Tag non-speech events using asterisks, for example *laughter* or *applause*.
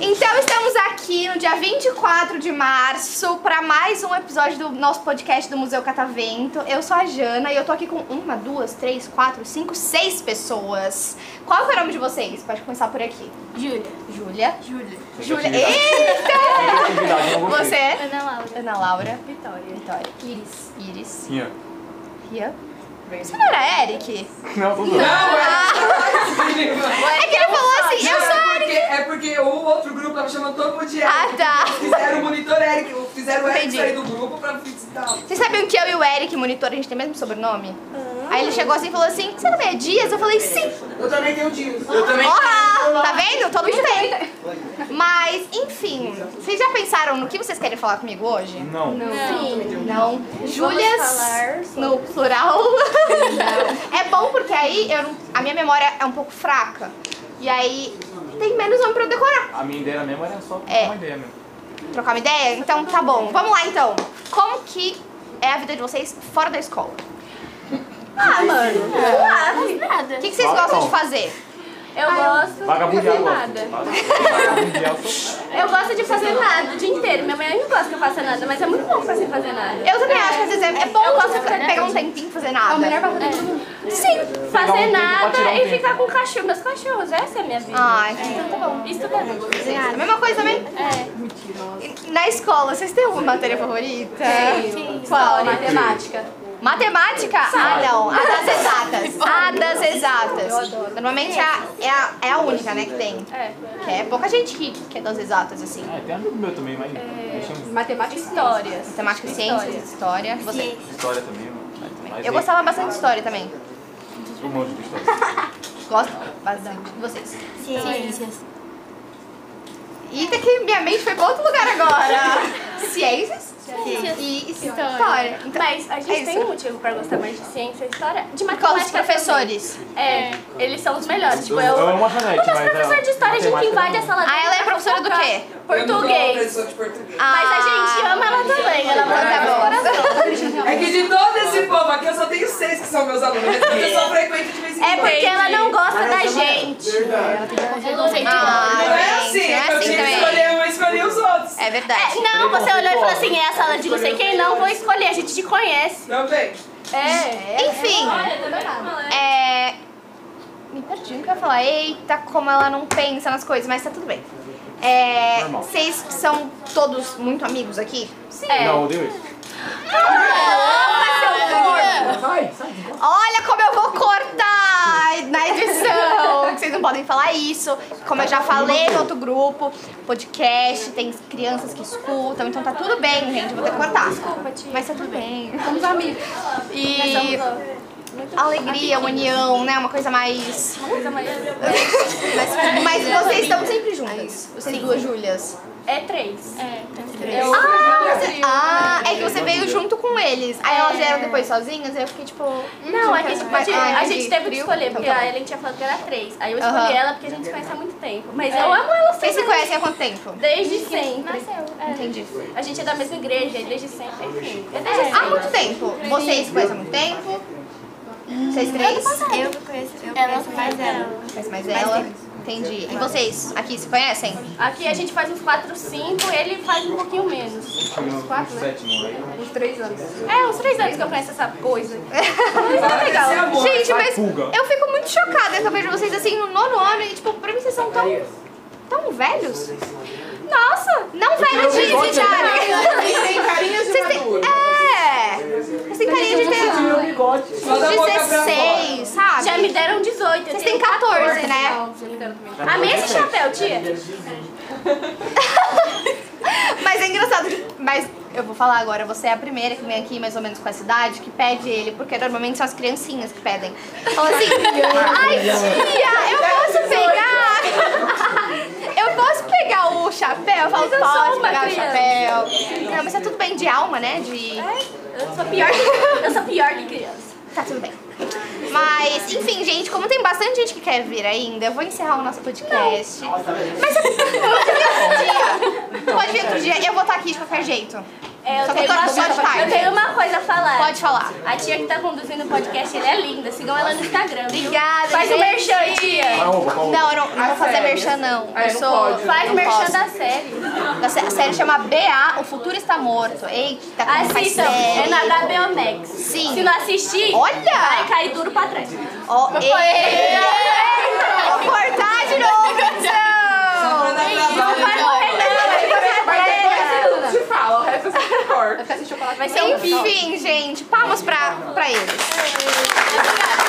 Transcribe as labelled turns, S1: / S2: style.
S1: Então estamos aqui no dia 24 de março para mais um episódio do nosso podcast do Museu Catavento. Eu sou a Jana e eu tô aqui com uma, duas, três, quatro, cinco, seis pessoas. Qual que é o nome de vocês? Pode começar por aqui.
S2: Júlia.
S1: Júlia.
S2: Júlia.
S1: Júlia.
S3: Negatividade. Negatividade, não gostei.
S1: Você? é?
S2: Ana Laura.
S1: Ana Laura.
S2: Vitória.
S1: Vitória.
S2: Iris.
S1: Iris.
S3: Sim, ó.
S1: Rian. Você não era Eric?
S3: Não, tudo
S1: Ah,
S3: bem.
S1: É que ele falou assim, eu sou...
S4: porque, é porque o outro grupo tava chamando todo mundo de Eric.
S1: Ah, tá.
S4: Fizeram o monitor Eric, fizeram o Eric
S1: Entendi.
S4: sair do grupo pra visitar.
S1: Vocês sabiam que eu e o Eric, monitor, a gente tem o mesmo sobrenome?
S2: Ah.
S1: Aí ele chegou assim e falou assim, você também é Dias? Eu falei, sim.
S4: Eu também tenho um dias.
S3: Eu também.
S1: Olá! Tá vendo? Todo mundo tem. Mas, enfim, vocês já pensaram no que vocês querem falar comigo hoje?
S3: Não.
S2: Sim.
S1: Não.
S2: falar
S1: Júlias,
S2: sobre-
S1: no plural. *laughs* É bom porque aí eu não- a minha memória é um pouco fraca. E aí tem menos nome pra eu decorar.
S3: A minha ideia mesmo era só
S1: É.
S3: uma ideia mesmo.
S1: Trocar uma ideia? Então tá bom. Vamos lá então. Como que é a vida de vocês fora da escola?
S2: Ah, mano. Não faz nada.
S1: O que, que vocês
S3: Fala,
S1: gostam de
S3: então.
S1: fazer?
S2: Eu gosto de
S3: Vagabundear
S2: fazer
S3: eu
S2: nada.
S3: gosto. Vagabundear Ah, um eu sou.
S2: Eu gosto de fazer nada o dia inteiro. Minha mãe não gosta que eu faça nada, mas é muito bom ficar sem fazer nada.
S1: Eu também acho que às vezes é, é bom
S2: Eu gosto
S1: você
S2: de fazer né?
S1: pegar um
S2: nada.
S1: tempinho e fazer nada.
S2: É. Sim, fazer
S3: tempo pra tirar
S2: nada
S3: um
S2: e
S3: tempo.
S2: ficar com cachorro, meus cachorros. Essa é a minha vida.
S1: Ah, então tá bom.
S2: E Estudar.
S1: A mesma coisa também?
S2: É.
S1: Na escola, vocês têm alguma matéria favorita?
S2: Qual? Matemática.
S1: Matemática? Ah, não. A das exatas. A das exatas. Normalmente é a, é a, é a única, né, que tem.
S2: É.
S1: Que é pouca gente que, que é das exatas, assim.
S3: É, tem amigo meu também, mas.
S2: É.
S3: Deixa
S2: Matemática e histórias.
S1: Matemática, ciências, história. Você.
S3: história também, mano. Mas
S1: Eu
S3: é-
S1: gostava bastante de história também.
S3: Um monte de história.
S1: Gosto bastante. Vocês.
S2: Ciências.
S1: Eita, que minha mente foi pra outro lugar agora. Ciências e história. Então,
S2: Mas a gente
S1: É
S2: tem
S1: isso.
S2: um motivo pra gostar mais de ciência e história. De
S1: por causa dos
S2: matemática também.
S1: professores.
S2: É, eles são os melhores. *laughs* Tipo,
S3: Eu
S2: eu,
S3: amo a Janete,
S2: o nosso
S3: mas
S2: professor
S3: ela-
S2: de história, a gente
S3: matemática
S2: invade a
S3: não.
S2: sala dele.
S1: Ah, ela é
S2: pra
S1: professora do
S2: focar.
S1: quê?
S2: Português.
S4: Eu não de português.
S1: Ah,
S2: Mas a gente ama ela também. Ela manda
S1: tá bom.
S4: É que de todo esse povo aqui, eu só tenho seis que são meus alunos. Mas eu só frequento de vez em quando.
S2: É porque ela não gosta da gente.
S1: Ah,
S4: Não é assim,
S1: gente,
S4: eu tinha que escolher um e escolhi os outros.
S1: É verdade.
S2: Não, você olhou e falou assim, é a sala de não sei quem, não vou escolher, a gente te conhece.
S4: Também.
S2: É.
S1: Enfim, é... Me perdi no que eu ia falar. Eita, como ela não pensa nas coisas, mas tá tudo bem. É...
S3: Normal.
S1: Vocês são todos muito amigos aqui?
S2: Sim. É.
S3: Não, eu odeio isso. Sai, sai.
S1: Olha como eu vou cortar na edição. que Vocês não podem falar isso. Como eu já falei no outro grupo, podcast, tem crianças que escutam, então tá tudo bem, gente. Eu vou ter que cortar.
S2: Desculpa, tia.
S1: Mas tá tudo bem.
S2: Somos amigos.
S1: E alegria, união, né? Uma coisa mais. Mas, mas vocês estão sempre juntas. Vocês duas Júlias.
S2: É três. É,
S1: Ah, você- ah, é que você veio junto com eles. Aí elas vieram depois sozinhas, aí eu fiquei tipo. hum,
S2: Não, é que
S1: tipo,
S2: tipo, a gente,
S1: ah,
S2: a
S1: entendi.
S2: gente teve que
S1: Frio.
S2: escolher,
S1: Então
S2: porque
S1: tá
S2: a
S1: bom.
S2: Ellen tinha falado que era três. Aí eu escolhi
S1: Aham.
S2: ela porque a gente se conhece há muito tempo. Mas eu amo ela
S1: Vocês se
S2: sempre.
S1: conhecem há quanto tempo?
S2: Desde sempre.
S1: Entendi.
S2: A gente é da mesma igreja, e desde sempre, enfim. É desde
S1: Há
S2: sempre.
S1: muito tempo. Vocês se conhecem há muito tempo? Vocês três?
S5: Eu conheço, eu conheço mais ela.
S1: Mas, mas ela. Entendi. E vocês aqui se conhecem?
S2: Aqui a gente faz uns 4, 5, ele faz um pouquinho menos.
S3: Uns
S2: né?
S3: sete, não velho.
S2: É, uns 3 anos que eu conheço essa coisa.
S1: É.
S4: Para
S1: Tá legal.
S4: desse é amor.
S1: Gente, mas
S3: fuga.
S1: eu fico muito chocada que eu vejo vocês assim no nono ano e, tipo, pra mim vocês são tão. tão velhos. Nossa! Não velhos
S4: um
S1: de, de, de área.
S4: Vocês têm carinha de
S1: *laughs* Vocês têm.
S4: maduro.
S1: É! Vocês têm carinha de
S4: um
S1: ter
S4: Manda a boca pra fora.
S1: 16, sabe?
S2: Já me deram 18.
S1: Vocês têm 14, né?
S2: A mesma chapéu, tia.
S1: Mas é engraçado que. Mas eu vou falar agora, você é a primeira que vem aqui, mais ou menos com essa idade, que pede ele, porque normalmente são as criancinhas que pedem. Fala
S4: *laughs*
S1: assim, ai tia, eu posso pegar. *laughs* Eu posso pegar o chapéu? Eu falo,
S2: Mas eu sou
S1: posso
S2: uma
S1: pegar o
S2: criança." É.
S1: chapéu. Não, mas tá tudo bem de alma, né? De.
S2: Eu sou pior que, eu sou pior que criança.
S1: Tá tudo bem. Mas, enfim, gente, como tem bastante gente que quer vir ainda, eu vou encerrar o nosso podcast. é Mas pode vir outro dia. Pode vir outro dia, eu vou estar aqui de tá qualquer jeito.
S2: É, eu,
S1: Só que
S2: tenho
S1: eu tô
S2: uma
S1: aqui só de
S2: coisa, eu
S1: tarde.
S2: tenho uma coisa a falar.
S1: Pode falar.
S2: A tia que tá conduzindo o podcast, ela é linda. Sigam ela no Instagram. viu?
S1: Obrigada,
S2: Faz o
S1: gente.
S2: merchan, tia.
S3: Arroba, arroba.
S1: Não, eu não, não vou fazer
S4: sério?
S1: merchan, não.
S4: Ah,
S1: eu
S4: não
S1: sou.
S4: pode.
S2: Faz
S1: não
S2: merchan
S1: posso.
S2: da série.
S1: A sé- a série chama BA, O Futuro Está Morto. Eita, como faz
S2: Assistam. É
S1: série.
S2: na da Beonex.
S1: Sim.
S2: Se não assistir,
S1: Olha!
S2: vai cair duro pra trás.
S1: Ó, eita! Reportagem no
S4: Só pra
S1: Opção!
S4: dar
S2: Não vai
S4: trabalho.
S2: morrer,
S1: então.
S2: não.
S4: Mas depois eu te falo, o resto você corta.
S2: Vai ser um bico.
S1: Enfim, gente, palmas pra, pra eles.
S2: Obrigada.